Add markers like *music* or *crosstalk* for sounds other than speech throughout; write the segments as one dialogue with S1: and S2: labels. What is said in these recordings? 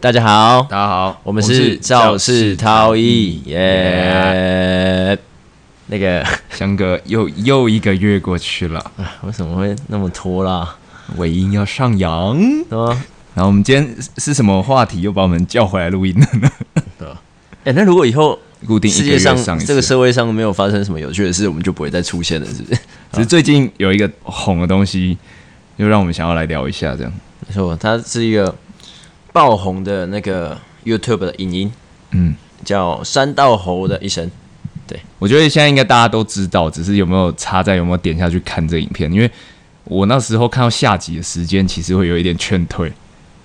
S1: 大家好，
S2: 大家好，
S1: 我们是赵氏涛逸耶。那个啊
S2: 翔哥，又又一个月过
S1: *laughs*
S2: 去了，
S1: 为什么会那么拖啦？
S2: 尾音要上扬。
S1: 对啊吧？
S2: 然后我们今天是是什么话题又把我们叫回来录音了
S1: *laughs*
S2: 呢？
S1: 哎、那如果以后
S2: 固定一
S1: 世
S2: 个
S1: 界
S2: 月
S1: 上
S2: 上一次
S1: 这个社会上没有发生什么有趣的事，我们就不会再出现了，是不是？
S2: 只是最近有一个红的东西，又让我们想要来聊一下，这样。
S1: 没错，它是一个爆红的那个 YouTube 的影音，
S2: 嗯，
S1: 叫《山道猴的一生》。
S2: 我觉得现在应该大家都知道，只是有没有插在有没有点下去看这影片？因为我那时候看到下集的时间，其实会有一点劝退，因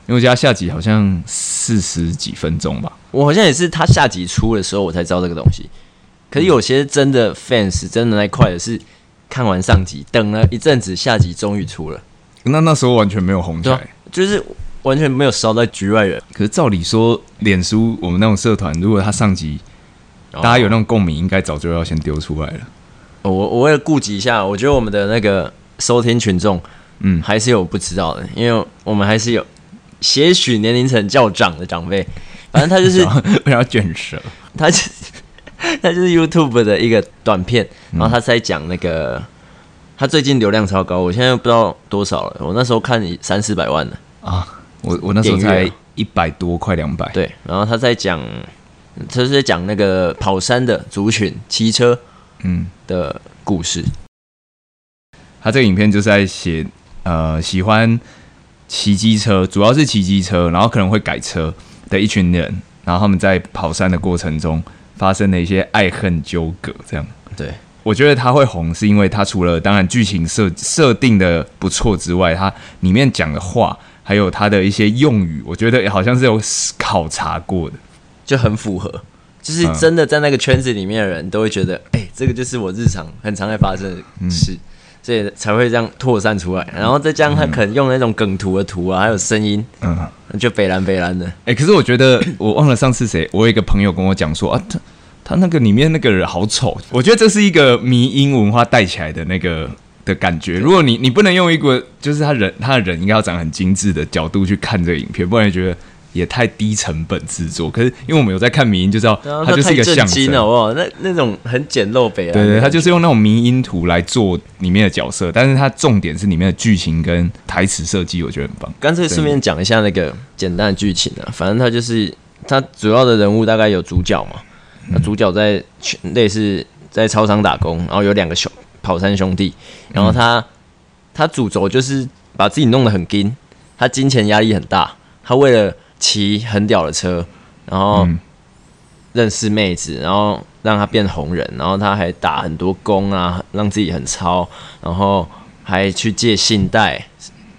S2: 为我觉得它下集好像四十几分钟吧。
S1: 我好像也是他下集出的时候我才知道这个东西。可是有些真的 fans 真的那块的是看完上集，等了一阵子，下集终于出了，
S2: 那那时候完全没有红起
S1: 对
S2: 来
S1: 啊，就是完全没有烧在局外人。
S2: 可是照理说，脸书我们那种社团，如果它上集
S1: 哦
S2: 大家有那种共鸣，应该早就要先丢出来了。
S1: 我我为了顾及一下，我觉得我们的那个收听群众，
S2: 嗯
S1: 还是有不知道的，因为我们还是有些许年龄层较长的长辈，反正他就是
S2: 然后不 *laughs* 要卷舌。
S1: 他就是他就是 YouTube 的一个短片，然后他是在讲那个、他最近流量超高，我现在不知道多少了，我那时候看三四百万了，
S2: 啊！我我那时候
S1: 点阅
S2: 才
S1: 啊
S2: 一百多，快两百。，
S1: 对，然后他在讲他是在讲那个跑山的族群骑车
S2: 嗯，
S1: 的故事，
S2: 他这个影片就是在写呃喜欢骑机车，主要是骑机车，然后可能会改车的一群人，然后他们在跑山的过程中发生了一些爱恨纠葛，这样。
S1: 对，
S2: 我觉得它会红，是因为它除了当然剧情设设定的不错之外，它里面讲的话，还有它的一些用语，我觉得好像是有考察过的。
S1: 就很符合。就是真的在那个圈子里面的人都会觉得，哎、这个就是我日常很常在发生的事，所以才会这样扩散出来。然后再加上他可能用那种梗图的图啊，还有声音，
S2: 嗯，哎、
S1: 就北蓝北蓝的。
S2: 可是我
S1: *coughs*
S2: 觉得我忘了上次谁，我有一个朋友跟我讲说啊，他他那个里面那个人好丑，我觉得这是一个迷因文化带起来的那个。的感觉，如果你你不能用一个就是他人他的人应该要长得很精致的角度去看这个影片，不然觉得也太低成本制作。可是因为我们有在看迷因，就知道
S1: 然后
S2: 它就是一个
S1: 啊太
S2: 象
S1: 震
S2: 征
S1: 惊了，，好不好？那那种很简陋北啊，
S2: 对对，他就是用那种迷音图来做里面的角色，但是他重点是里面的剧情跟台词设计，我觉得很棒。
S1: 干脆顺便讲一下那个简单的剧情啊。反正他就是他主要的人物大概有主角嘛，那主角在去类似在超商打工，然后有两个兄跑山兄弟，然后他、
S2: 嗯
S1: 他主轴就是把自己弄得很金，他金钱压力很大，他为了骑很屌的车，然后
S2: 嗯
S1: 认识妹子，然后让他变红人，然后他还打很多工啊，让自己很超，然后还去借信贷，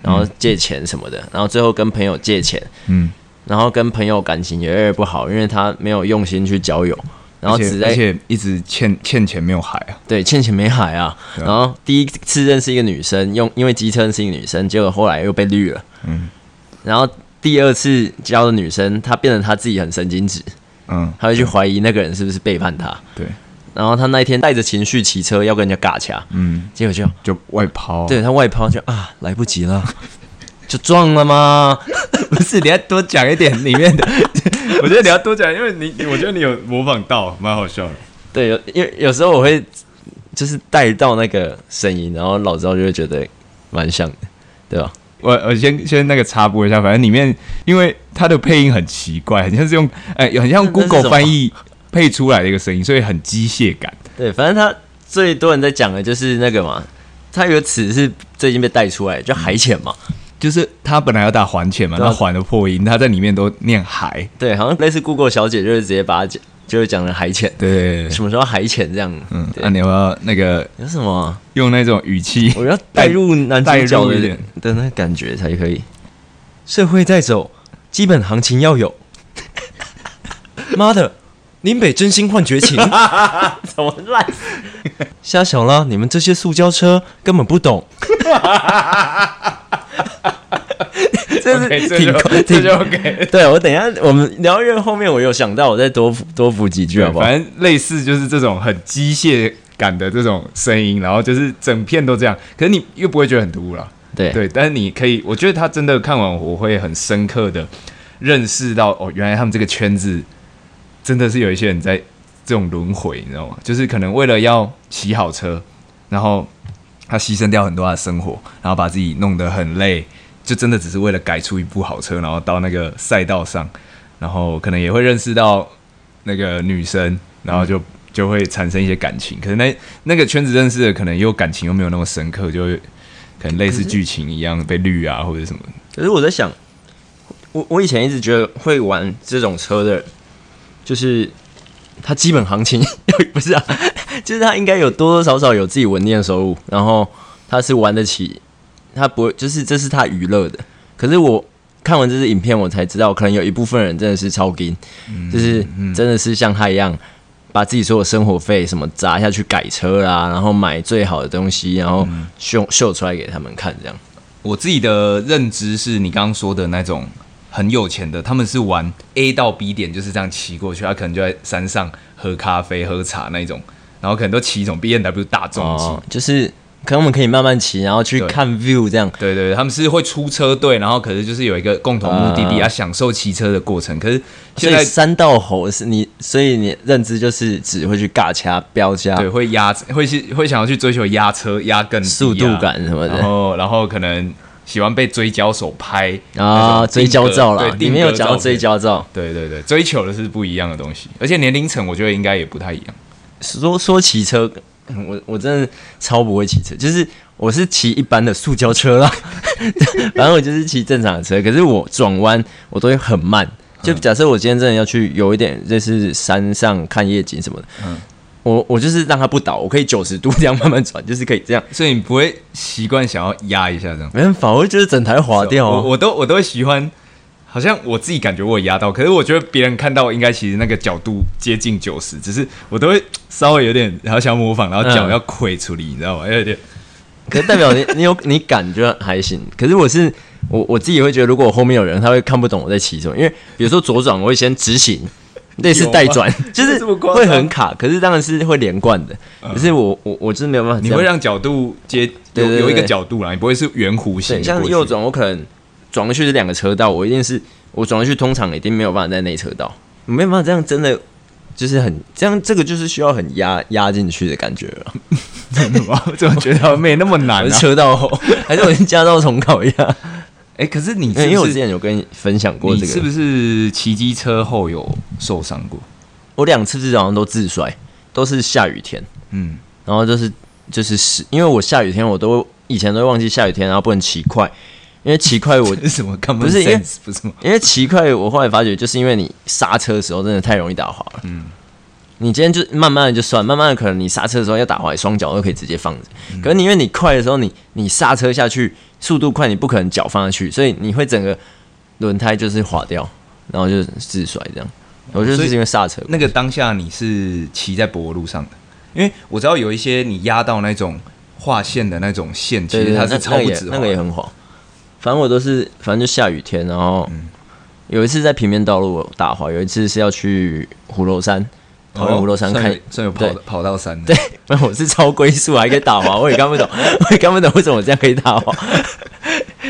S1: 然后借钱什么的，然后最后跟朋友借钱，
S2: 嗯，
S1: 然后跟朋友感情也越来越不好，因为他没有用心去交友，然后
S2: 而
S1: 只
S2: 且而
S1: 在
S2: 且一直欠欠钱没有还啊，
S1: 对欠钱没还啊。
S2: 对啊
S1: 然后第一次认识一个女生，用因为机车认识一个女生，结果后来又被绿了。
S2: 嗯
S1: 然后第二次交的女生，她变得她自己很神经质，
S2: 嗯，
S1: 她会去怀疑那个人是不是背叛她。
S2: 对，
S1: 然后她那一天带着情绪骑车要跟人家尬掐，
S2: 嗯，
S1: 结果就
S2: 就外抛、
S1: 对，她外抛就啊来不及了，就撞了吗？
S2: 不是你要多讲一点里面的， *laughs* 我觉得你要多讲，因为你你我觉得你有模仿到，蛮好笑的。
S1: 对，有因为有时候我会就是带到那个声音，然后老赵就会觉得蛮像的，对吧？
S2: 我我先先那个插播一下，反正里面因为它的配音很奇怪，很像是用哎、很
S1: 那那
S2: 像
S1: 是什
S2: Google
S1: 么
S2: 翻译配出来的一个声音，所以很机械感。
S1: 对，反正他最多人在讲的就是那个嘛，他有个词是最近被带出来，叫海潜嘛。
S2: 就是他本来要打还钱嘛，
S1: 对啊
S2: 那还的破音，他在里面都念还，
S1: 对，好像类似 Google 小姐就是直接把它讲，就是讲了海潜，
S2: 对对对对，
S1: 什么时候海潜这样。
S2: 嗯
S1: 嗯，，对
S2: 那、你要不要那个
S1: 有什么啊？
S2: 用那种语气？
S1: 我要带入男主
S2: 带
S1: 角
S2: 入
S1: 的
S2: 一点
S1: 的那感觉才可以。社会在走，基本行
S2: *laughs* *laughs*
S1: 情要有。妈的，林北真心换绝情。什么烂？瞎想啦！你们这些塑胶车根本不懂。这
S2: OK， *laughs*
S1: 是
S2: *laughs* 这
S1: 挺
S2: 就
S1: 空
S2: 这
S1: 挺
S2: 就 OK。
S1: 对我等一下我们聊越后面，我有想到，我再多补多补几句好不好？
S2: 反正类似就是这种很机械感的这种声音，然后就是整片都这样，可是你又不会觉得很突兀了。
S1: 对
S2: 对，但是你可以，我觉得他真的看完我会很深刻的认识到，哦，原来他们这个圈子真的是有一些人在这种轮回，你知道吗？就是可能为了要洗好车，然后他牺牲掉很多他的生活，然后把自己弄得很累，就真的只是为了改出一部好车，然后到那个赛道上，然后可能也会认识到那个女生，然后就。就会产生一些感情，可是那那个圈子认识的，可能又感情又没有那么深刻，就会可能类似剧情一样被绿
S1: 嗯
S2: 啊，或者什么。
S1: 可是我在想，我我以前一直觉得会玩这种车的人，就是他基本行情不是啊， *laughs* 就是他应该有多多少少有自己稳定的收入，然后他是玩得起，他不会就是这是他娱乐的。可是我看完这支影片，我才知道，可能有一部分人真的是超金，就是真的是像他一样。把自己所有生活费什么砸下去改车啦，然后买最好的东西，然后秀秀出来给他们看，这样。
S2: 我自己的认知是你刚刚说的那种很有钱的，他们是玩 A 到 B 点就是这样骑过去，他可能就在山上喝咖啡、喝茶那一种，然后可能都骑一种 B N W 大众机。
S1: 哦，就是可能我们可以慢慢骑，然后去
S2: 对
S1: 看 view 这样。
S2: 对对，他们是会出车队，然后可是就是有一个共同目的地，
S1: 啊
S2: 要、享受骑车的过程。可是
S1: 所
S2: 现
S1: 以
S2: 在
S1: 三道猴是你，所以你认知就是只会去尬掐、飙掐、
S2: 对会压，会是会想要去追求压车、压更、啊
S1: 速度感什么
S2: 然
S1: 的
S2: 后然后可能喜欢被追焦手拍
S1: 啊，追焦照啦，
S2: 里
S1: 里面有讲到追。焦照。
S2: 对对对，追求的是不一样的东西，而且年龄层我觉得应该也不太一样。
S1: 说说骑车，我我真的超不会骑车，就是我是骑一般的塑胶车啦， *laughs* 反正我就是骑正常的车，可是我转弯我都会很慢。就
S2: 嗯
S1: 假设我今天真的要去有一点类似山上看夜景什么的，
S2: 嗯
S1: 我我就是让它不倒，我可以九十度这样慢慢转，就是可以这样，
S2: 所以你不会习惯想要压一下这样
S1: 没办法，我会就是整台滑掉
S2: 我
S1: 啊。
S2: 我都我都会喜欢，好像我自己感觉我有压到，可是我觉得别人看到应该其实那个角度接近九十，只是我都会稍微有点然后想要模仿，然后脚
S1: 嗯
S2: 要跪出力，你知道吗？有点
S1: 可是代表你 *laughs* 你有你感觉还行，可是我是我我自己会觉得，如果我后面有人，他会看不懂我在骑什么，因为比如说左转我会先直
S2: *laughs*
S1: 行，类似带转，就是
S2: 这么夸张嗯
S1: 会很卡，可是当然是会连贯的，可是我我我就是没有办法这
S2: 你
S1: 样，
S2: 会让角度接有
S1: 对对对
S2: 有一个角度啦，你不会是圆弧形
S1: 对，
S2: 的
S1: 像
S2: 过去
S1: 右转我可能转过去是两个车道，我一定是我转过去通常一定没有办法在内车道，没有办法这样真的。就是很这样，这个就是需要很压压进去的感觉了。
S2: 哇
S1: *laughs*
S2: 我怎么觉得没那么 *laughs* 难
S1: 我
S2: 啊
S1: 是？车道后，还是我先驾照重考一下？
S2: *laughs* 哎、可是 *laughs* 你是不是
S1: 因为我之前有跟你分享过这
S2: 你
S1: 个，
S2: 是不是骑机车后有受伤过？
S1: 我两次至少好像都自摔，都是下雨天，
S2: 嗯，
S1: 然后就是就是湿，因为我下雨天我都以前都会忘记下雨天，然后不能骑快，因为骑
S2: *laughs*
S1: 快我
S2: 这是什么？嗯不
S1: 不是因为
S2: 不是吗？
S1: 因为骑快我后来发觉就是因为你刹车的时候真的太容易打滑了，嗯，你今天就慢慢的就算，慢慢的可能你刹车的时候要打滑，双脚都可以直接放着，可是你因为你快的时候你你刹车下去速度快，你不可能脚放下去，所以你会整个轮胎就是滑掉，然后就自摔这样，我就
S2: 所以
S1: 是因为刹车
S2: 那个当下你是骑在柏油路上的，因为我知道有一些你压到那种划线的那种线，其
S1: 对
S2: 实
S1: 对，
S2: 它
S1: 那
S2: 是超
S1: 那个
S2: 不
S1: 也
S2: 直滑
S1: 那个也
S2: 的。哦
S1: 很滑。反正我都是，反正就下雨天，然后
S2: 嗯
S1: 有一次在平面道路我打滑，有一次是要去虎头山，桃园虎头山
S2: 算
S1: 看
S2: 有，算有跑
S1: 对
S2: 到跑到山的，
S1: 对，那 *laughs* 我是超龟速还可以打滑，我也看不懂，我也看不懂为什么我这样可以打滑。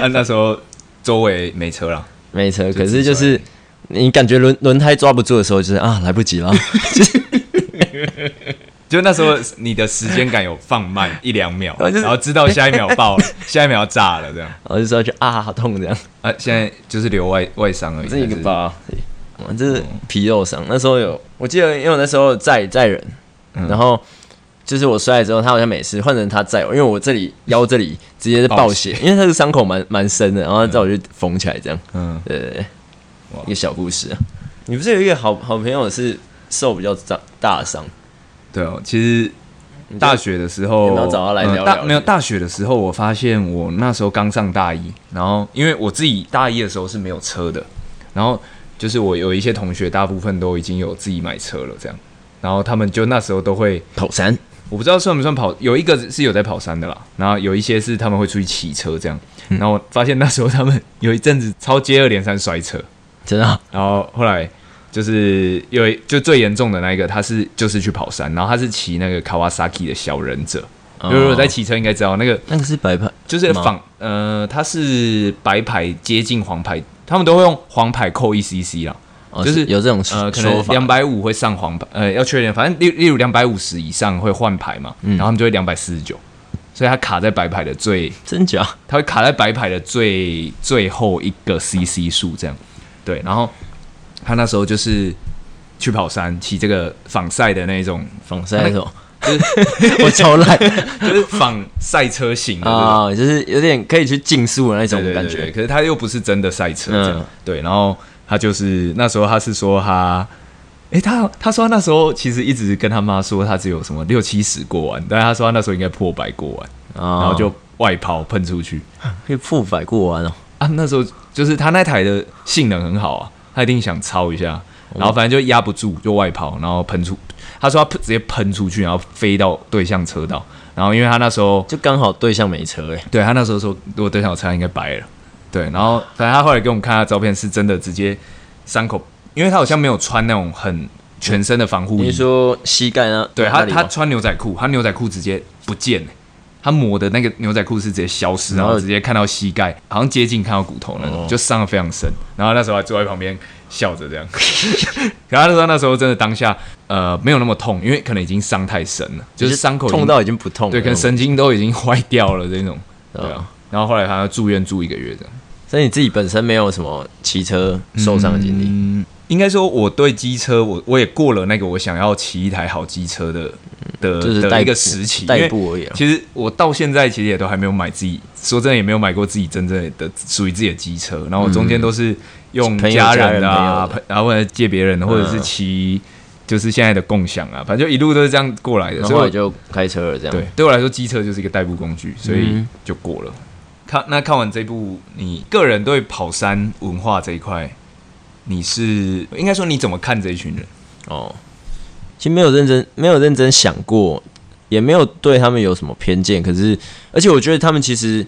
S2: 啊，那时候周围没车了，
S1: 没车，可
S2: 自
S1: 是就
S2: 摔
S1: 是你感觉轮轮胎抓不住的时候，就是啊来不及了。 *laughs*
S2: 就那时候你的时间感有放慢一两秒，
S1: *laughs* 然后就是
S2: 然后知道下一秒
S1: *laughs*
S2: 爆了，下一秒要炸了这样。
S1: 然后就说就啊好痛这样，
S2: 啊，现在就是留外外伤而已，
S1: 这一个
S2: 还是
S1: 疤，哇，这是皮肉伤。那时候有，我记得因为我那时候载载人，然后就是我摔了之后，他好像没事，换成他载我，因为我这里腰这里直接是爆血，因为他的伤口蛮蛮深的，然后他载我去缝起来这样。
S2: 嗯，
S1: 对对对
S2: 哇，
S1: 一个小故事啊。你不是有一个好好朋友是受比较大大伤？
S2: 对哦，其实大学的时
S1: 你
S2: 候，嗯
S1: 要不要找他来聊聊
S2: 大没有大学的时候，我发现我那时候刚上大一，然后因为我自己大一的时候是没有车的，然后就是我有一些同学，大部分都已经有自己买车了，这样，然后他们就那时候都会，
S1: 跑山，
S2: 我不知道算不算跑，有一个是有在跑山的啦，然后有一些是他们会出去骑车这样，
S1: 嗯
S2: 然后我发现那时候他们有一阵子超接二连三摔车，
S1: 真的啊、
S2: 然后后来就是有一就最严重的那一个，他是就是去跑山，然后他是骑那个 Kawasaki 的小忍者。
S1: 哦
S2: 如果有在骑车，应该知道那个
S1: 那个是白牌，
S2: 就是
S1: 吗
S2: 仿呃，它是白牌接近黄牌，他们都会用黄牌扣一 cc 啦，
S1: 哦
S2: 就是
S1: 有这种
S2: 呃，可
S1: 说
S2: 能
S1: 法。
S2: 两百五会上黄牌，呃，要确认，反正例例如两百五十以上会换牌嘛，
S1: 嗯
S2: 然后他们就会两百四十九，所以它卡在白牌的最
S1: 真假？
S2: 它会卡在白牌的最最后一个 CC 数这样。对，然后他那时候就是去跑山，骑这个仿赛的那种，
S1: 防晒是吧？ *laughs* 我超烂
S2: 就是仿赛车型的这种
S1: 啊，就是有点可以去竞速的那种
S2: 对对
S1: 感
S2: 对
S1: 觉
S2: 对。可是他又不是真的赛车这样，
S1: 嗯
S2: 对。然后他就是那时候他是说他，诶，他他说他那时候其实一直跟他妈说他只有什么六七十过完，但是他说他那时候应该破百过完，
S1: 啊，
S2: 然后就外抛喷出去
S1: 可以破百过弯哦。
S2: 啊。那时候就是他那台的性能很好啊，他一定想超一下，然后反正就压不住就外抛，然后喷出。他说他喷直接喷出去，然后飞到对向车道，然后因为他那时候
S1: 就刚好对象没车哎、
S2: 对他那时候说，如果对象有车，他应该白了。对，然后反正他后来给我们看他的照片，是真的直接伤口，因为他好像没有穿那种很全身的防护
S1: 你
S2: 衣
S1: 是。说膝盖呢？
S2: 嗯对他，
S1: 那里吗
S2: 他穿牛仔裤，他牛仔裤直接不见了，他抹的那个牛仔裤是直接消失，然后
S1: 然后
S2: 直接看到膝盖，好像接近看到骨头那种，
S1: 哦
S2: 就伤得非常深。然后那时候还坐在旁边笑着这样， *laughs* 然后他说那时候真的当下呃没有那么痛，因为可能已经伤太深了，就是伤口已经
S1: 痛到已经不痛了，哦
S2: 对，可能神经都已经坏掉了这种。
S1: 对
S2: 对
S1: 吧
S2: 啊，然后后来他住院住一个月这样。
S1: 所以你自己本身没有什么骑车受伤的经历、
S2: 嗯，应该说我对机车，我我也过了那个我想要骑一台好机车的
S1: 嗯
S2: 的、
S1: 就是代
S2: 的
S1: 步
S2: 一个时期，
S1: 代
S2: 因为
S1: 步而已啊
S2: 其实我到现在其实也都还没有买自己，说真的也没有买过自己真正的属于自己的机车。然后我中间都是
S1: 嗯
S2: 用
S1: 朋友
S2: 家
S1: 家人
S2: 人的啊，
S1: 朋友的嗯
S2: 然后或者借别人的，或者是骑就是现在的共享啊，反正就一路都是这样过来的。
S1: 然
S2: 所以
S1: 后
S2: 我
S1: 我就开车了这样。
S2: 对，，对我来说，机车就是一个代步工具，所以
S1: 嗯
S2: 就过了。看那看完这部，你个人对跑山文化这一块，你是应该说你怎么看这一群人？
S1: 哦，其实没有认真没有认真想过，也没有对他们有什么偏见。可是，而且我觉得他们其实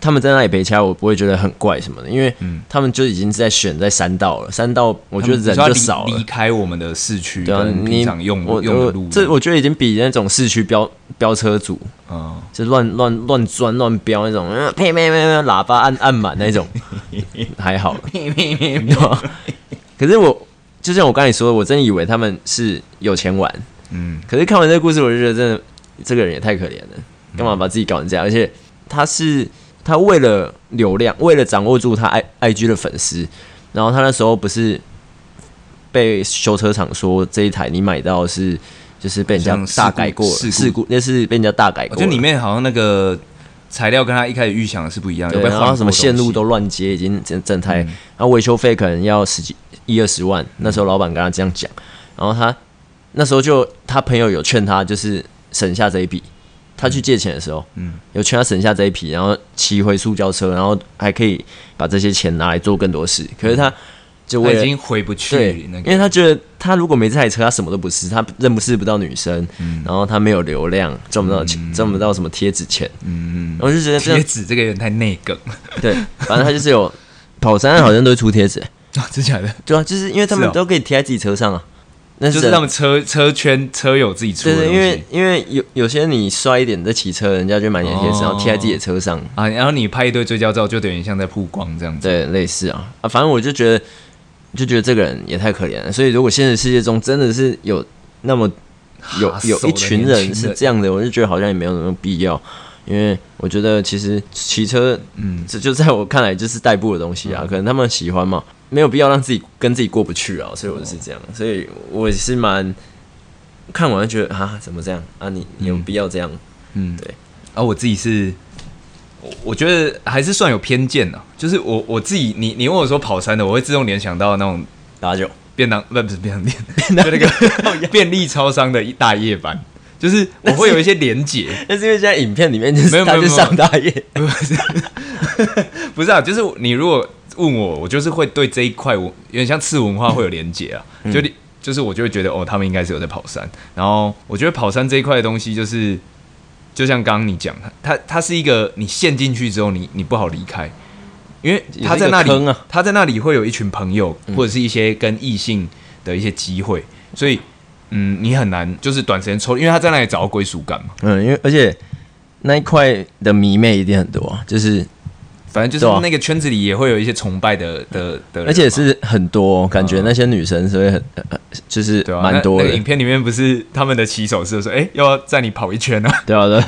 S1: 他们在那里陪掐，我不会觉得很怪什么的，因为
S2: 嗯
S1: 他们就已经在选在山道了，山道我
S2: 我
S1: 觉得人就少
S2: 离
S1: 了。
S2: 开我们的市区，
S1: 对啊，
S2: 跟
S1: 你
S2: 平常用
S1: 我
S2: 用的
S1: 我
S2: 路，
S1: 这我觉得已经比那种市区飙飙车族
S2: 嗯，
S1: 就乱乱乱钻乱飙那种，呃呸呸呸呸，喇叭按按满
S2: *laughs*
S1: 那种，还好。啊可是我就像我刚才说的，我真的以为他们是有钱玩，
S2: 嗯，
S1: 可是看完这个故事，我就觉得真的这个人也太可怜了，干
S2: 嗯
S1: 嘛把自己搞成这样？而且他是他为了流量，为了掌握住他 i i g 的粉丝，然后他那时候不是被修车厂说这一台你买到是就是被人家
S2: 像事故
S1: 大改过了
S2: 事故哦
S1: 事故，那是被人家大改
S2: 我
S1: 过
S2: 觉得
S1: 了。
S2: 里面好像那个材料跟他一开始预想的是不一样，有
S1: 对，
S2: 被
S1: 然后
S2: 换
S1: 什么线路都乱接，已经整整台，
S2: 嗯
S1: 然后维修费可能要十几一二十万，那时候老板跟他这样讲，然后他那时候就他朋友有劝他，就是省下这一笔，他去借钱的时候，
S2: 嗯
S1: 嗯，有劝他省下这一笔，然后骑回塑胶车，然后还可以把这些钱拿来做更多事，可是他就
S2: 我
S1: 为
S2: 嗯已
S1: 了
S2: 经回不
S1: 对，
S2: 去那
S1: 因
S2: 个，
S1: 为他觉得他如果没这台车，他什么都不是，他认不识不到女生，
S2: 嗯
S1: 然后他没有流量，赚不到钱，赚不到什么贴纸钱，
S2: 嗯，
S1: 然后就觉得
S2: *laughs*
S1: 这样
S2: 贴纸这个有点太内梗， *laughs*
S1: *laughs* 对，反正他就是 *laughs* 有跑山好像都会出贴纸，
S2: 啊，真假的？
S1: 对啊，就是因为他
S2: 是
S1: 们
S2: 哦
S1: 都可以贴在自己车上啊，那
S2: 就
S1: 真
S2: 是
S1: 的
S2: 他们车车圈车友自己出
S1: 对
S2: 的东
S1: 对，
S2: 西，
S1: 因为因为有有些你摔一点在骑车，人家就买你的贴纸，然后贴在自己的车上，
S2: 啊，然后你拍一堆追焦照，就等于像在曝光这样子。
S1: 对，类似啊啊，反正我就觉得就觉得这个人也太可怜了，所以如果现实世界中真的是有那么有有一群人是这
S2: 样，
S1: 样的，我就觉得好像也没有什么必要。因为我觉得其实骑车
S2: 嗯，
S1: 这就在我看来就是代步的东西啊，可能他们喜欢嘛，没有必要让自己跟自己过不去啊，所以我是这样，所以我是蛮看完就觉得啊，怎么这样啊？你你有必要这样？
S2: 嗯，
S1: 对。
S2: 啊，我自己是，我我觉得还是算有偏见的、啊就是我我自己，你你问我说跑山的，我会自动联想到那种
S1: 打酒 *laughs*
S2: 便当， *laughs* 不不是便当店，就那个 *laughs* 便利超商的一大夜班，就是我会有一些连结。
S1: 那是因为现在影片里面就是
S2: 没有没
S1: 他
S2: 有
S1: 就上大
S2: *laughs*
S1: 夜，
S2: 不是，不是啊，就是
S1: 嗯
S2: 你如果问我，我就是会对这一块我有点像次文化会有连结啊，就你就是我就会觉得哦，他们应该是有在跑山。然后我觉得跑山这一块的东西，就是就像刚刚你讲，它它它是一个你陷进去之后你，你不好离开，因为
S1: 也是
S2: 他在那
S1: 一个坑
S2: 里，
S1: 啊
S2: 他在那里会有一群朋友或者是一些跟异性的一些机会，所以嗯，你很难就是短时间抽，因为他在那里找到归属感嘛。
S1: 嗯，因为而且那一块的迷妹一定很多啊，就是
S2: 反正就
S1: 对啊
S2: 是那个圈子里也会有一些崇拜的的的人嘛，
S1: 而且是很多哦、感觉那些女生是会很，呃呃就是
S2: 嗯对啊，
S1: 蛮多
S2: 那
S1: 的
S2: 那个，影片里面不是他们的骑手是说，哎、要不要载你跑一圈啊？ *laughs*
S1: 对啊，对啊，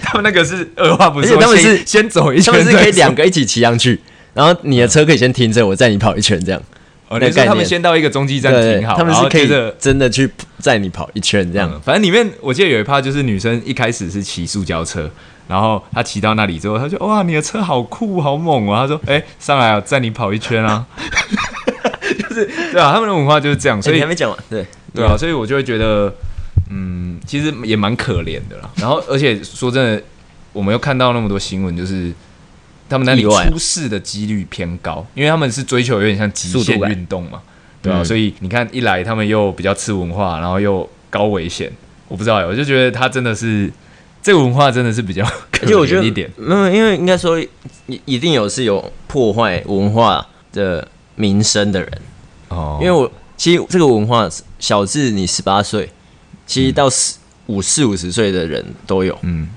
S2: 他们那个是二话不
S1: 而
S2: 说，
S1: 且他们
S2: 先
S1: 是
S2: 先走一
S1: 他
S2: 圈，
S1: 们是可以两
S2: 个。
S1: 个一起骑上去，然后你的车可以先停着，我载你跑一圈这样。
S2: 哦，
S1: 那个
S2: 你说
S1: 概
S2: 他们
S1: 念
S2: 先到一个中继站
S1: 对，
S2: 停好，
S1: 他们
S2: 然
S1: 是
S2: 后
S1: 可以
S2: 接着
S1: 真的去载你跑一圈这样。哎
S2: 嗯，反正里面我记得有一趴就是女生一开始是骑塑胶车，然后她骑到那里之后，她就哇，你的车好酷好猛哦！她说，哎、上来啊，载你跑一圈啊， *laughs* 就是对啊，他们的文化就是这样，所
S1: 所以、
S2: 以
S1: 你还没讲完，对
S2: 对啊，所以我就会觉得，嗯，其实也蛮可怜的啦。然后，而且说真的，我们又看到那么多新闻，就是他们那里
S1: 意外啊
S2: 出事的几率偏高，因为他们是追求有点像极
S1: 速
S2: 限
S1: 度感
S2: 运动嘛，对啊，
S1: 嗯
S2: 所以你看，一来他们又比较吃文化，然后又高危险，我不知道欸，我就觉得他真的是这个文化真的是比较可
S1: 而且我觉
S2: 怜
S1: 得
S2: 一点，
S1: 没有，因为应该说一一定有是有破坏文化的民生的人，
S2: 哦
S1: 因为我其实这个文化小至你十八岁，其实到四五四五十岁的人都有。
S2: 嗯，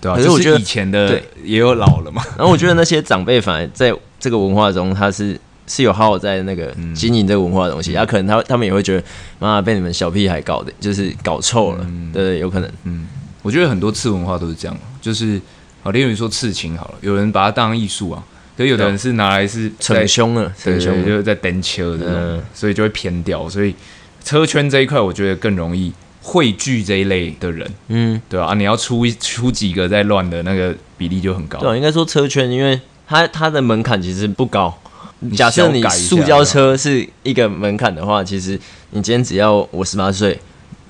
S2: 对啊，
S1: 可是我
S2: 就
S1: 觉得
S2: 以前的
S1: 对
S2: 也有老了嘛，
S1: 然后我觉得那些长辈反而在这个文化中，他是是有好好在那个
S2: 嗯
S1: 经营这个文化的东西，他、可能他他们也会觉得，妈被你们小屁孩搞的，就是搞臭了，
S2: 嗯
S1: 对对，有可能，
S2: 我觉得很多次文化都是这样，就是啊，例如说刺青好了，有人把它当艺术啊，可是有的人是拿来是在
S1: 逞凶了，逞
S2: 对对
S1: 凶
S2: 对，就
S1: 了，
S2: 是在蹬车这种，
S1: 嗯
S2: 所以就会偏掉。所以车圈这一块，我觉得更容易汇聚这一类的人，
S1: 嗯，
S2: 对啊，啊你要出一出几个在乱的那个比例就很高。
S1: 对啊，应该说车圈，因为它它的门槛其实不高。假设你
S2: 小改一下
S1: 塑胶车是一个门槛的话，其实你今天只要我十八岁，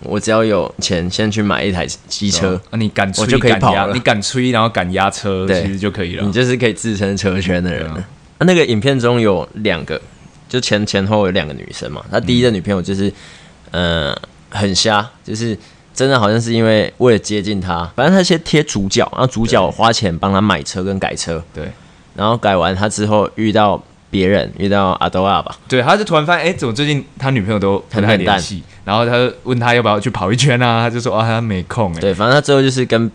S1: 我只要有钱先去买一台机
S2: 对啊
S1: 车，
S2: 啊，你敢吹
S1: 我就可以
S2: 敢
S1: 跑
S2: 压
S1: 了
S2: 你敢吹，然后敢压车，
S1: 对
S2: 其实就可以了
S1: 你。就是可以自称车圈的人了。
S2: 啊对啊
S1: 啊那个影片中有两个，就前前后有两个女生嘛。她第一个女朋友就是，
S2: 嗯
S1: 呃，很瞎，就是真的好像是因为为了接近他，反正他先贴主角，然后主角花钱帮他买车跟改车，
S2: 对
S1: 然后改完他之后遇到别人，遇到阿多阿吧，
S2: 对，他就突然发现，哎、怎么最近他女朋友都不
S1: 很
S2: 太
S1: 冷淡
S2: 联系？然后他就问他要不要去跑一圈啊？他就说啊，他没空、哎，
S1: 对，反正他最后就是跟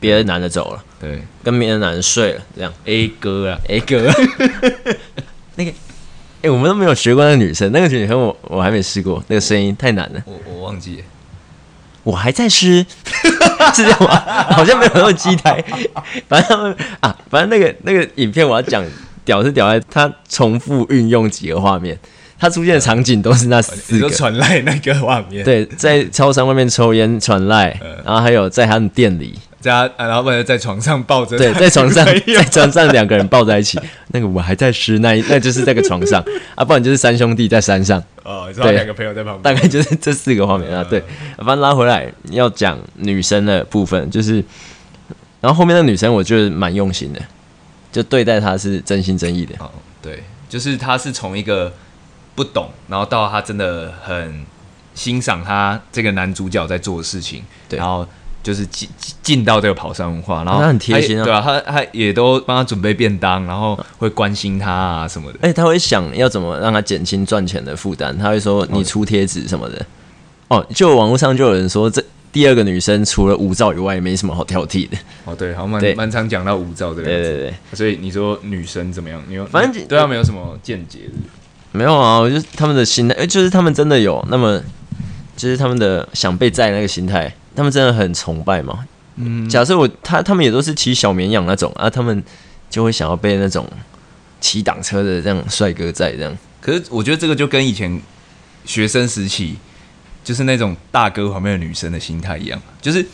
S1: 别的男的走了，
S2: 对
S1: 跟别的男的睡了，这样。
S2: ，A 哥啊，
S1: 哎哥， *laughs* 那个，哎、我们都没有学过那个女生，那个女生我我还没试过，那个声音太难了。
S2: 我我忘记了，
S1: 我还在吃， *laughs* 是这样吗？好像没有那么鸡台。 *laughs* 反正他们啊，反正那个那个影片我要讲，屌是屌在它重复运用几个画面，它出现的场景都是那四
S2: 哦你
S1: 个
S2: 说。传来那个画面，，
S1: 对，在超商外面抽烟传赖，
S2: 呃
S1: 然后还有在他们店
S2: *laughs*
S1: 里，
S2: 在他啊然后不然在床上抱着，
S1: 对，在床上，
S2: 没有
S1: 在床上两个人抱在一起，那个我还在吃，那一 *laughs* 那就是这个床上啊，不然就是三兄弟在山上，
S2: 哦，你呃知道
S1: 对
S2: 两个朋友在旁
S1: 大
S2: 边，
S1: 概就是这四个画面啊。对，反正拉回来要讲女生的部分，就是，然后后面那女生我觉得蛮用心的，就对待她是真心真意的。
S2: 哦，对，就是他是从一个不懂，然后到他真的很欣赏他这个男主角在做的事情，
S1: 对
S2: 然后。就是进进到这个跑山文化，然后
S1: 他很贴心啊
S2: 他也对啊，他他也都帮他准备便当，然后会关心他啊什么的。
S1: 哎、她会想要怎么让她减轻赚钱的负担，她会说你出贴纸什么的。哦，就网络上就有人说，这第二个女生除了无照以外，没什么好挑剔的。
S2: 哦，对，好像蛮
S1: 对
S2: 蛮常讲到无照这个
S1: 对
S2: 样
S1: 对
S2: 子。
S1: 对，
S2: 所以你说女生怎么样？你有
S1: 反正
S2: 对他们有什么见解是不是？
S1: 没有啊，我就是他们的心态，哎、就是他们真的有那么，就是他们的想被在那个心态，他们真的很崇拜嘛。
S2: 嗯，
S1: 假设我他他们也都是骑小绵羊那种啊，他们就会想要被那种骑挡车的这样帅哥在这样。
S2: 可是我觉得这个就跟以前学生时期，就是那种大哥旁边的女生的心态一样，就是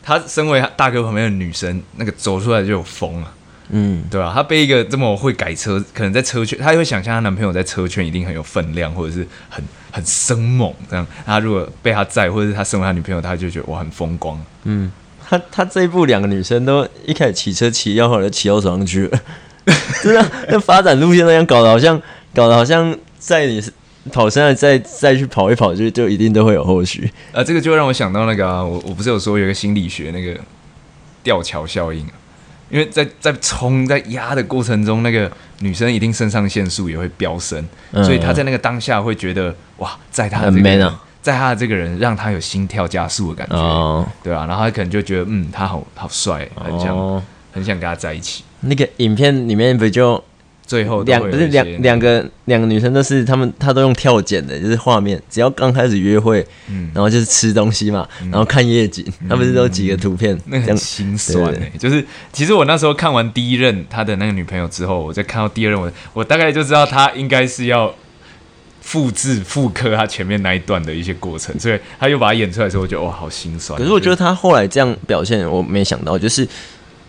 S2: 她身为大哥旁边的女生，那个走出来就有风啊，
S1: 嗯，
S2: 对吧、她被一个这么会改车，可能在车圈，她会想象她男朋友在车圈一定很有分量，或者是很很生猛这样。她如果被他载，或者是她身为她女朋友，她就觉得哇很风光。
S1: 他他这一部两个女生都一开始骑车骑，然后来骑到手上啊去了，真的，那发展路线那样搞得好像搞得好像在你跑山的啊再再去跑一跑，就就一定都会有后续。
S2: 啊，这个就让我想到那个啊，我我不是有说有一个心理学那个吊桥效应啊，因为在在冲在压的过程中，那个女生一定肾上腺素也会飙升，
S1: 嗯
S2: 所以她在那个当下会觉得哇，在她的
S1: 很
S2: 这个
S1: man
S2: 人
S1: 啊
S2: 在她的这个人让她有心跳加速的感觉，
S1: 哦
S2: 对啊，然后她可能就觉得嗯，他好好帅，很想、
S1: 哦
S2: 很想跟他在一起，
S1: 那个影片里面不就
S2: 最后都
S1: 两
S2: 会
S1: 不
S2: 有
S1: 是
S2: 一
S1: 两
S2: 些
S1: 两个两个女生都是她们，她都用跳剪的，就是画面，只要刚开始约会，
S2: 嗯
S1: 然后就是吃东西嘛，然后看夜景，她不是都有几个图片这
S2: 那个很
S1: 样，
S2: 心酸
S1: 对
S2: 哎、就是其实我那时候看完第一任他的那个女朋友之后，我再看到第二任我，我大概就知道他应该是要复制复刻他前面那一段的一些过程，所以他又把它演出来的时候，我觉得哇，好心酸。啊
S1: 可是我觉得她后来这样表现，我没想到，就是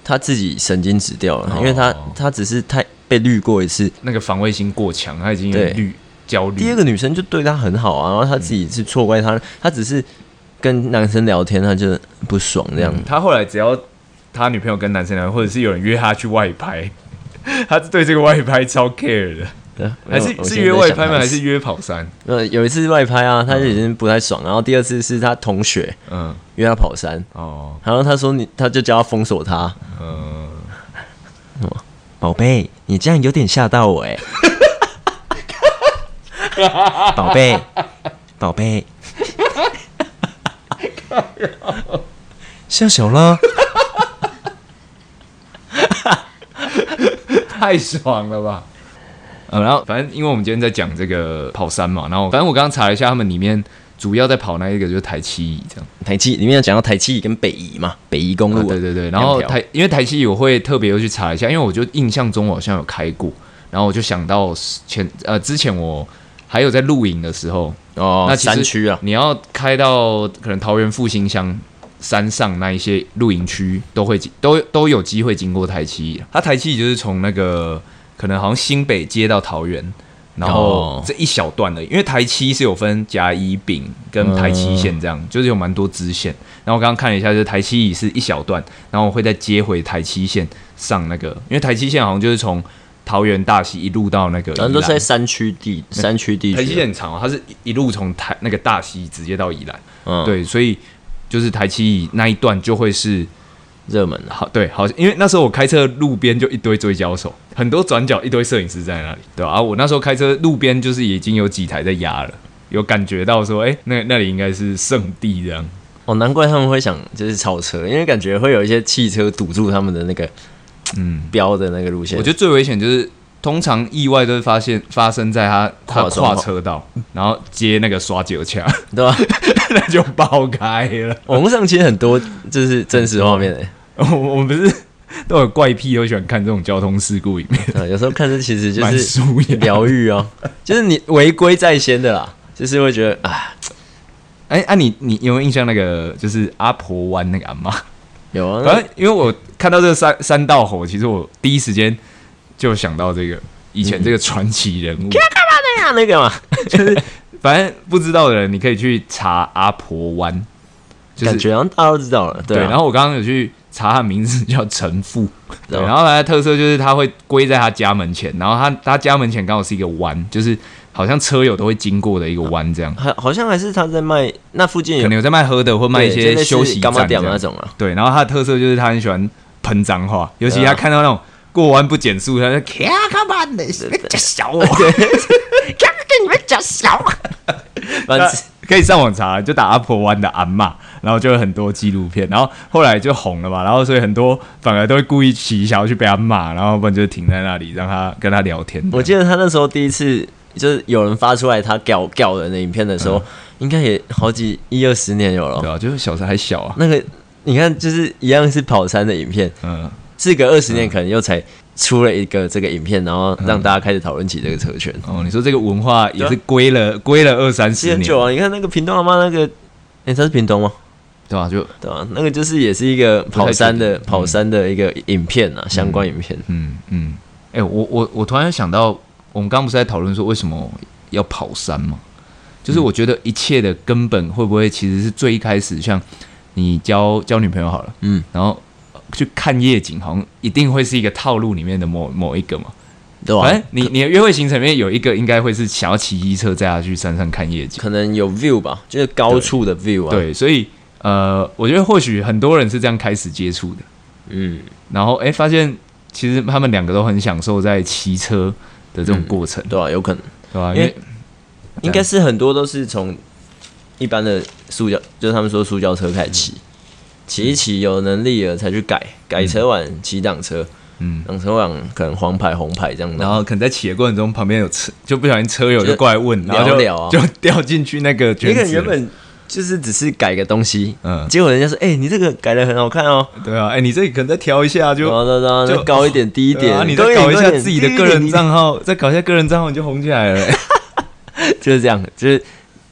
S1: 她自己神经质掉了，因为她
S2: 哦
S1: 她只是太被绿过一次，
S2: 那个防卫心过强，他已经有点
S1: 对
S2: 虑焦虑。
S1: 第二个女生就对她很好啊，然后她自己是错怪她，她只是跟男生聊天，她就不爽这样，
S2: 嗯他后来只要他女朋友跟男生聊，或者是有人约他去外拍， *laughs* 他对这个外拍超 care 的，
S1: 对
S2: 嗯还
S1: 我
S2: 是
S1: 哎我
S2: 是
S1: 现在
S2: 约
S1: 在
S2: 外
S1: 想
S2: 拍吗？
S1: 她
S2: 还是约跑山？
S1: 呃，有一次外拍啊，他就已经不太爽，然后第二次是他同学
S2: 嗯，
S1: 约他跑山，
S2: 哦，
S1: 然后他说你，他就叫他封锁他，
S2: 嗯。
S1: 宝贝，你这样有点吓到我哎、
S2: *laughs*
S1: 宝贝，宝贝，笑小了，
S2: 太爽了吧！呃，然后反正因为我们今天在讲这个跑山嘛，然后反正我刚刚查了一下，他们里面主要在跑那一个就是台七乙这样。
S1: 台七里面有讲到台七跟北宜嘛，北宜公路、
S2: 啊对对对，然后
S1: 两条
S2: 台因为台七乙我会特别又去查一下，因为我就印象中我好像有开过，然后我就想到前呃之前我还有在露营的时候，
S1: 哦，
S2: 那其实
S1: 山区啊，
S2: 你要开到可能桃园复兴乡山上那一些露营区，都会经都都有机会经过台七。啊它台七就是从那个可能好像新北接到桃园，然后
S1: 哦
S2: 这一小段的，因为台七是有分甲乙丙跟台七线这样，就是有蛮多支线。然后我刚刚看了一下，就是台七乙是一小段，然后我会再接回台七线上那个，因为台七线好像就是从桃园大溪一路到那个宜
S1: 反
S2: 兰，
S1: 正都是在山区地，山区啊地
S2: 台七线
S1: 区，
S2: 很长、哦，它是一路从台那个大溪直接到宜兰。
S1: 嗯，，
S2: 对，所以就是台七那一段就会是
S1: 热门啊，
S2: 好，对，好，因为那时候我开车路边就一堆追焦手，很多转角一堆摄影师在那里，对吧、啊？我那时候开车路边就是已经有几台在压了，有感觉到说，哎、那那里应该是圣地这样。
S1: 哦，难怪他们会想就是超车，因为感觉会有一些汽车堵住他们的那个
S2: 嗯，
S1: 标的那个路线。
S2: 我觉
S1: 得
S2: 得最危险就是。通常意外都是发现发生在他
S1: 跨
S2: 他
S1: 哦
S2: 跨
S1: 双
S2: 车道，然后接那个刷九枪，
S1: 对吧？
S2: *laughs*
S1: *laughs*
S2: 那就爆开了。
S1: 网络上其实很多就是真实画面的、
S2: 我我们不是 *laughs* 都有怪癖，都喜欢看这种交通事故影片，
S1: 对有时候看这其实就
S2: 蛮啊
S1: 是
S2: 舒压的。
S1: 疗愈哦，就是你违规在先的啦，就是会觉得啊，
S2: 哎、啊你，你有没有印象那个就是阿婆湾那个阿妈？
S1: 有啊，
S2: *laughs* 反正因为我看到这个三三道火，其实我第一时间就想到这个以前
S1: 嗯
S2: 这个传奇人物。
S1: 那样那个嘛，
S2: 反正不知道的人，你可以去查阿婆湾，就是
S1: 感觉好像大家都知道了，对
S2: 对。
S1: 啊，
S2: 然后我刚刚有去查他名字叫陈
S1: *laughs*
S2: 富，对，
S1: 哦
S2: 然后它的特色就是它会归在他家门前，然后他他家门前刚好是一个湾，就是好像车友都会经过的一个湾这样。
S1: 还好像还是他在卖那附近
S2: 可
S1: 有
S2: 能有在卖喝的，或卖一
S1: 对就
S2: 些
S1: 类似
S2: 休息
S1: 干妈
S2: 站这
S1: 店
S2: 样
S1: 那种啊，
S2: *laughs* 对，然后他的特色就是他很喜欢喷脏话，尤其
S1: 对啊
S2: 他看到那种过弯不减速，他就咔咔吧的，假小我，
S3: 跟你们讲小。
S1: *laughs* 反
S2: 那
S1: 正
S2: *laughs* 可以上网查，就打阿婆湾的阿嬷，然后就有很多纪录片，然后后来就红了嘛，然后所以很多反而都会故意骑，想要去被他骂，然后不然就停在那里让他跟他聊天。
S1: *laughs* 我记得他那时候第一次就是有人发出来他屌屌人的影片的时候，应该也好几一二十年有了
S2: 嗯对
S1: 哦。
S2: 啊，就是小时候还小啊，
S1: 那个你看，就是一样是跑山的影片，
S2: 嗯，
S1: 事隔二十年可能又才出了一个这个影片，然后让大家开始讨论起这个车圈，
S2: 哦，你说这个文化也是归了归了二三
S1: 啊其实
S2: 十
S1: 很
S2: 年，
S1: 久啊。你看那个屏东阿妈那个，哎、他是屏东吗？
S2: 对吧、就
S1: 对啊，那个就是也是一个跑山的
S2: 不太确定嗯
S1: 跑山的一个影片啊，相关影片。
S2: 嗯，嗯，哎、我我我突然想到，我们刚刚不是在讨论说为什么要跑山吗？就是我觉得一切的根本会不会其实是最一开始，像你交交女朋友好了，
S1: 嗯，
S2: 然后呃去看夜景，好像一定会是一个套路里面的某某一个嘛。
S1: 对吧、
S2: 反正你你的约会行程里面有一个应该会是想要骑机车载他去山上看夜景。
S1: 可能有 view 吧，就是高处的 view 啊。，
S2: 对，所以呃，我觉得或许很多人是这样开始接触的，
S1: 嗯，
S2: 然后哎、诶发现其实他们两个都很享受在骑车的这种过程，
S1: 对啊，有可能，
S2: 对吧、嗯
S1: 因
S2: 因
S1: 为
S2: 为
S1: 应该是很多都是从一般的塑胶，就是他们说塑胶车开始骑，骑一骑有能力了才去改，改车完骑挡车，
S2: 嗯，
S1: 挡车完可能黄牌红牌这样
S2: 然
S1: 的。
S2: 后可能在骑的过程中，旁边有车，就不小心车友就过来问，
S1: 就
S2: 然后就
S1: 聊聊啊
S2: 就掉进去那个
S1: 一
S2: 圈
S1: 个人
S2: 子了。
S1: 原本就是只是改个东西，
S2: 嗯
S1: 结果人家说，哎、你这个改的很好看哦，
S2: 对啊，哎、你这里可能再调一下就
S1: 然后然后
S2: 就
S1: 就高一点低一
S2: 对
S1: 点，
S2: 啊，你再
S1: 高点
S2: 搞一
S1: 高
S2: 下
S1: 点
S2: 自己
S1: 低
S2: 的
S1: 一
S2: 个
S1: 点
S2: 人
S1: 低
S2: 账号，再搞一下个人账号你就红起来了、哎
S1: *laughs* 就是这样，就是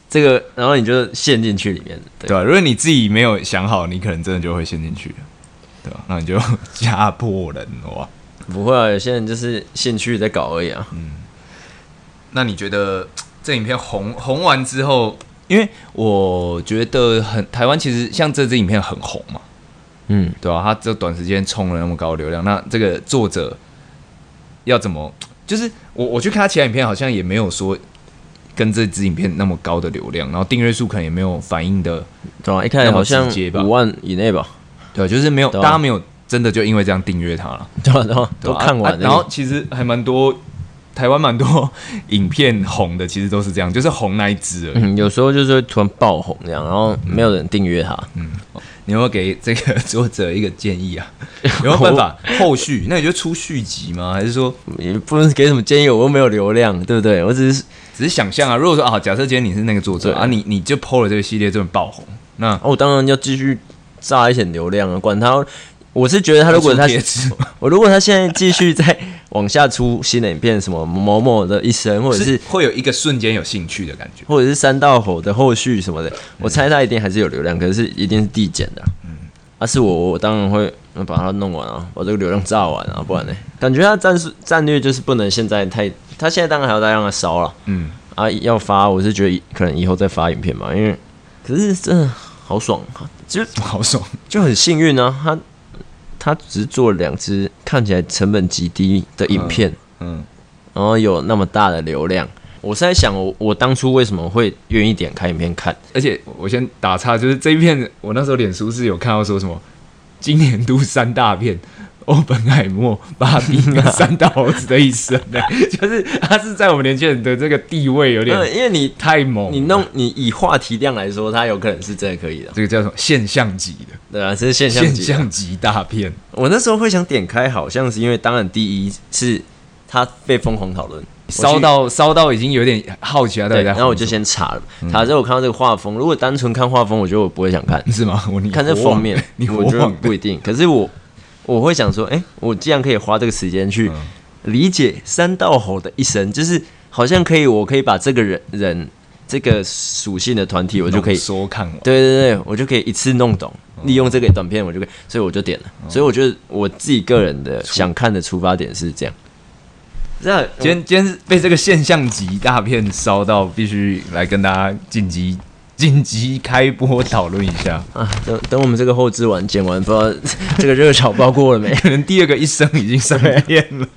S1: 这个，然后你就陷进去里面，对
S2: 对啊吧、如果你自己没有想好，你可能真的就会陷进去，对吧、那你就 *laughs* 家破人亡。
S1: 不会啊，有些人就是兴趣在搞而已
S2: 嗯
S1: 啊。
S2: 那你觉得这影片红红完之后，因为我觉得很台湾其实像这支影片很红嘛，
S1: 嗯，
S2: 对啊，他这短时间冲了那么高的流量，那这个作者要怎么？就是我我去看他其他影片，好像也没有说跟这支影片那么高的流量，然后订阅数可能也没有反应的，
S1: 对啊，一开始好像
S2: 那么直接吧
S1: 五万以内吧，
S2: 对啊，就是没有、
S1: 对啊
S2: 大家没有真的就因为这样订阅他了，
S1: 对吧、对吧、
S2: 对
S1: 都
S2: 吧
S1: 看完
S2: 啊
S1: 了、
S2: 然后其实还蛮多 *laughs* 台湾蛮多 *laughs* 影片红的，其实都是这样，就是红那一支而已。
S1: 嗯，有时候就是会突然爆红这样，然后没有人订阅它。
S2: 嗯你有没有给这个作者一个建议 *laughs* 啊？有没有办法后续？那你就出续集吗？还是说
S1: 也不能给什么建议，我又没有流量，对不对？我只是
S2: 只是想象啊？如果说啊，假设今天你是那个作者
S1: 对
S2: 啊，你你就 PO 了这个系列，这么爆红，那
S1: 哦，我当然要继续炸一些流量啊，管他。我是觉得他如果他
S2: 出贴纸
S1: *laughs* 我如果他现在继续再往下出新的影片，什么某某的一生，或者是
S2: 是会有一个瞬间有兴趣的感觉。
S1: 或者是三道吼的后续什么的，我猜他一定还是有流量，可是一定是递减的啊。啊，是我，我当然会呃把它弄完啊，把这个流量炸完啊，不然呢？感觉他战术战略就是不能现在太，他现在当然还要再让他烧了
S2: 嗯，
S1: 啊，要发，我是觉得以可能以后再发影片吧，因为可是真的好爽啊，就
S2: *laughs* 好爽。
S1: 就很幸运啊，他他只是做了两支看起来成本极低的影片，
S2: 嗯，
S1: 然后有那么大的流量。我是在想我，我当初为什么会愿意点开影片看？
S2: 而且我先打岔，就是这一片，我那时候脸书是有看到说什么今年度三大片。欧本海默、巴比 *laughs* 跟三大猴子的一生呢，就是他是在我们年轻人的这个地位有点
S1: 嗯，因为你
S2: 太猛了，
S1: 你弄你以话题量来说，它有可能是真的可以的，
S2: 这个叫什么现象级的
S1: 对啊，这是现象
S2: 现
S1: 级的。
S2: 象级大片，
S1: 我那时候会想点开，好像是因为当然第一是它被疯狂讨论，
S2: 烧到烧到已经有点好奇
S1: 我
S2: 啊，
S1: 去
S2: 大
S1: 对，
S2: 家。
S1: 然后我就先查了，
S2: 嗯
S1: 查之后我看到这个画风，如果单纯看画风，我觉得我不会想看，
S2: 是吗？我你
S1: 看这
S2: 火旺，
S1: 封面
S2: *laughs* 你火
S1: 我觉得
S2: 旺
S1: 不一定。可是我我会想说，哎、我既然可以花这个时间去
S2: 嗯
S1: 理解三道猴的一生，就是好像可以，我可以把这个人人这个属性的团体，我就可以，
S2: 说看完。
S1: 对对对，我就可以一次弄懂。
S2: 嗯
S1: 利用这个短片，我就可以，所以我就点了。所以我觉得我自己个人的想看的出发点是这样。那
S2: 今天今天是被这个现象级大片烧到，必须来跟大家紧急紧急开播讨论一下。 *laughs*
S1: 啊，等等，我们这个后置完剪完，不知道 *laughs* 这个热潮爆过了没？ *laughs*
S2: 可能第二个一生已经上片了。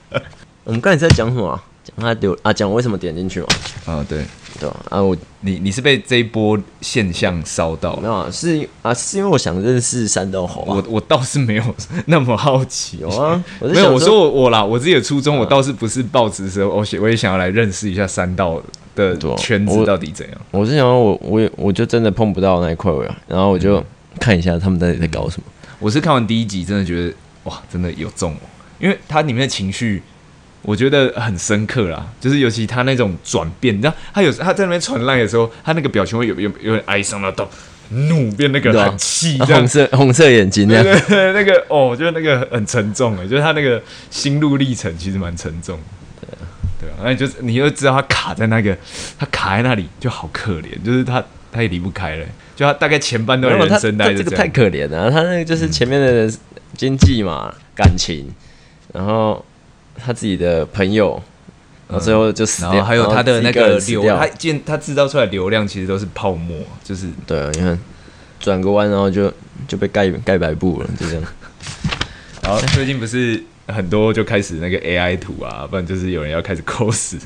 S1: 我们刚才在讲什么、啊？讲他流啊，讲我为什么点进去嘛？
S2: 啊，对
S1: 对吧、啊？我
S2: 你你是被这一波现象烧到
S1: 没，有啊，是啊，是因为我想认识山东猴
S2: 我
S1: 啊。
S2: 我倒是没有 *laughs* 那么好奇。哦
S1: 有啊，我是
S2: 没有，
S1: 想嗯
S2: 我说我我啦，我自己的初衷，我倒是不是抱持说，我想我也想要来认识一下三道的
S1: 对啊
S2: 圈子
S1: 我
S2: 到底怎样。
S1: 我是想说我我也我就真的碰不到那一块位啊，然后我
S2: 嗯
S1: 就看一下他们到底在搞什么。
S2: 我是看完第一集，真的觉得哇，真的有中哦，因为它里面的情绪，我觉得很深刻啦，就是尤其他那种转变，你知道，他有他在那边传烂的时候，他那个表情会有有有点哀伤到到怒变那个
S1: 对啊
S2: 很气
S1: 啊
S2: 这样
S1: 红。色红色眼睛那
S2: 对
S1: 样，
S2: 对对， *laughs* 那个哦，就是那个很沉重哎，就是他那个心路历程其实蛮沉重的。对啊，那你就是你就知道他卡在那个，他卡在那里就好可怜，就是他他也离不开了，就他大概前半段
S1: 没有
S2: 人
S1: 他
S2: 生大
S1: 他
S2: 概就
S1: 这个
S2: 这
S1: 太
S2: 样。嗯
S1: 可怜了、他那个就是前面的人经济嘛、感情，然后他自己的朋友，然后最后就死
S2: 嗯然
S1: 掉，
S2: 后还有他的
S1: 然后自
S2: 那
S1: 己一
S2: 个
S1: 人死
S2: 流，
S1: 掉
S2: 他建他制造出来的流量其实都是泡沫，就是
S1: 对啊，你看转个弯，然后就就被盖盖白布了，就这样。
S2: 然后最近不是很多就开始那个 AI 图啊，不然就是有人要开始抠死。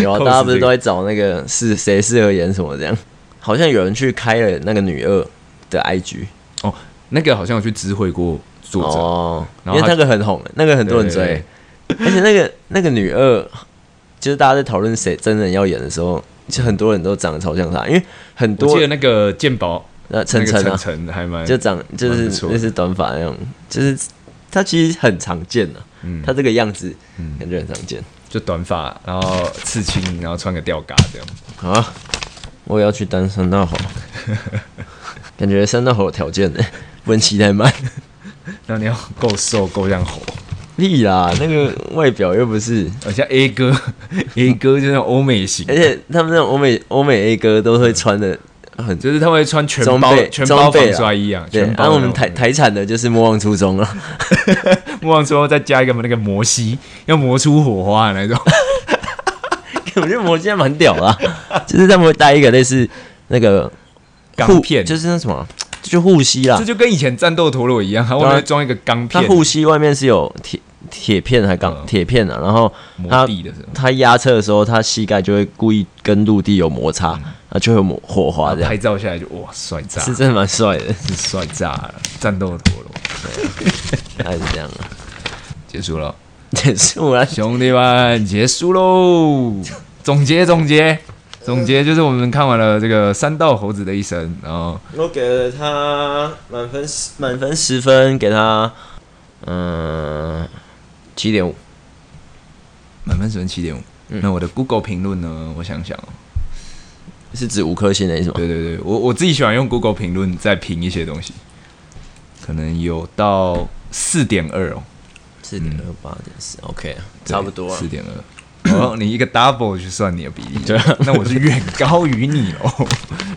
S1: 有啊，
S2: 扣
S1: 大家
S2: 死
S1: 不是
S2: *laughs* 哦这个
S1: 都在找那个是谁适合演什么这样？好像有人去开了那个女二的 IG
S2: 哦，那个好像有去知会过作者，
S1: 哦，因
S2: 然
S1: 为
S2: 后他
S1: 那个很红，那个很多人追，
S2: 对
S1: 而且那个那个女二，就是大家在讨论谁真人要演的时候，就很多人都长得超像她，因为很
S2: 我
S1: 多
S2: 记得那个鉴宝
S1: 呃
S2: 那
S1: 晨
S2: 个
S1: 晨
S2: 晨
S1: 啊，
S2: 晨还蛮
S1: 就长就
S2: 蛮
S1: 是
S2: 不错的
S1: 就是短发那种，就是她其实很常见的、啊，
S2: 嗯
S1: 她这个样子感觉很常见。
S2: 就短发，然后刺青，然后穿个吊嘎这样。
S1: 好啊，我也要去单身大吼，
S2: *laughs*
S1: 感觉三大吼有条件呢，不能骑太慢。
S2: 那你要够瘦够像猴，
S1: 屁啦，那个外表又不是，
S2: 而且 A 哥 A 哥就是那种欧美型
S1: 而，且他们那种欧美欧美 A 哥都会穿的很
S2: 就是他会穿全
S1: 装
S2: 包
S1: 备
S2: 全包
S1: 装备
S2: 防
S1: 啦
S2: 摔衣啊，
S1: 对，
S2: 全
S1: 然
S2: 包
S1: 后
S2: 那
S1: 我
S2: 种。
S1: 们台台产的就是莫忘初衷啊了，
S2: 莫忘之后再加一个那个摩西，要磨出火花的那种。
S1: *laughs* 我觉得魔戒蛮屌的啊、就是他们会带一个类似那个
S2: 钢片
S1: 就是 *laughs* 那什么，啊就护膝啦
S2: 这，就跟以前战斗陀螺一样，它外面装一个钢
S1: 它
S2: 片，
S1: 护膝外面是有铁铁片还钢
S2: 嗯
S1: 铁片啊，然后
S2: 磨
S1: 它
S2: 地的时候，
S1: 它压车的时候，它膝盖就会故意跟陆地有摩擦，啊，就会有火火花这
S2: 拍
S1: 样，
S2: 照下来就哇帅炸，
S1: 是真的蛮帅的，
S2: 是帅炸了！战斗陀螺
S1: 大概是这样啊。
S2: 结束了，
S1: 结束了，
S2: 兄弟们结束喽！总结总结总结就是我们看完了这个三道猴子的一生，然后
S1: *laughs* 我给了他满分满分十分，给他嗯七点五，
S2: 满分十分七点五。
S1: 嗯
S2: 那我的 Google 评论呢？我想想哦，
S1: 是指五颗星的意思吗？
S2: 对对对，我我自己喜欢用 Google 评论再评一些东西，可能有到四点二哦，
S1: 四点二八点四，OK，
S2: 对
S1: 差不多啊
S2: 四。点二。哦，你一个 double 去算你的比例，对，
S1: 啊
S2: 那我是远高于你哦。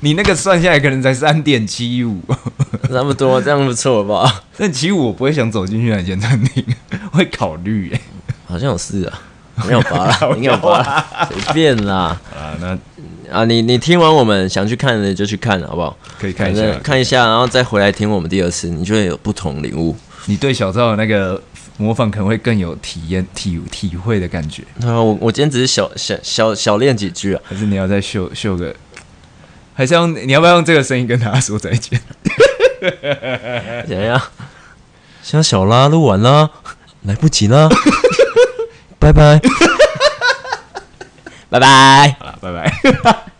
S2: 你那个算下来可能才三点七五，
S1: 差不多，这样不错吧？
S2: *laughs* 但其实我不会想走进去那间餐厅， *laughs* 会考虑耶。
S1: 好像有四啊，没有八啦，应该有八啦，随便啦。
S2: 啊，那
S1: 啊，你你听完我们想去看的就去看，好不好？
S2: 可以看
S1: 反
S2: 一
S1: 正
S2: 下，
S1: 看一下，然后再回来听我们第二次，你就会有不同领悟。
S2: 你对小赵的那个模仿可能会更有体验、体体会的感觉，
S1: 对啊，我我今天只是小小小小练几句啊，
S2: 还是你要再秀秀个？还是要你要不要用这个声音跟大家说再见？哎
S1: 怎样？像小啦，录完啦，来不及 *laughs* 啦，拜拜，拜拜。
S2: 好了，拜拜。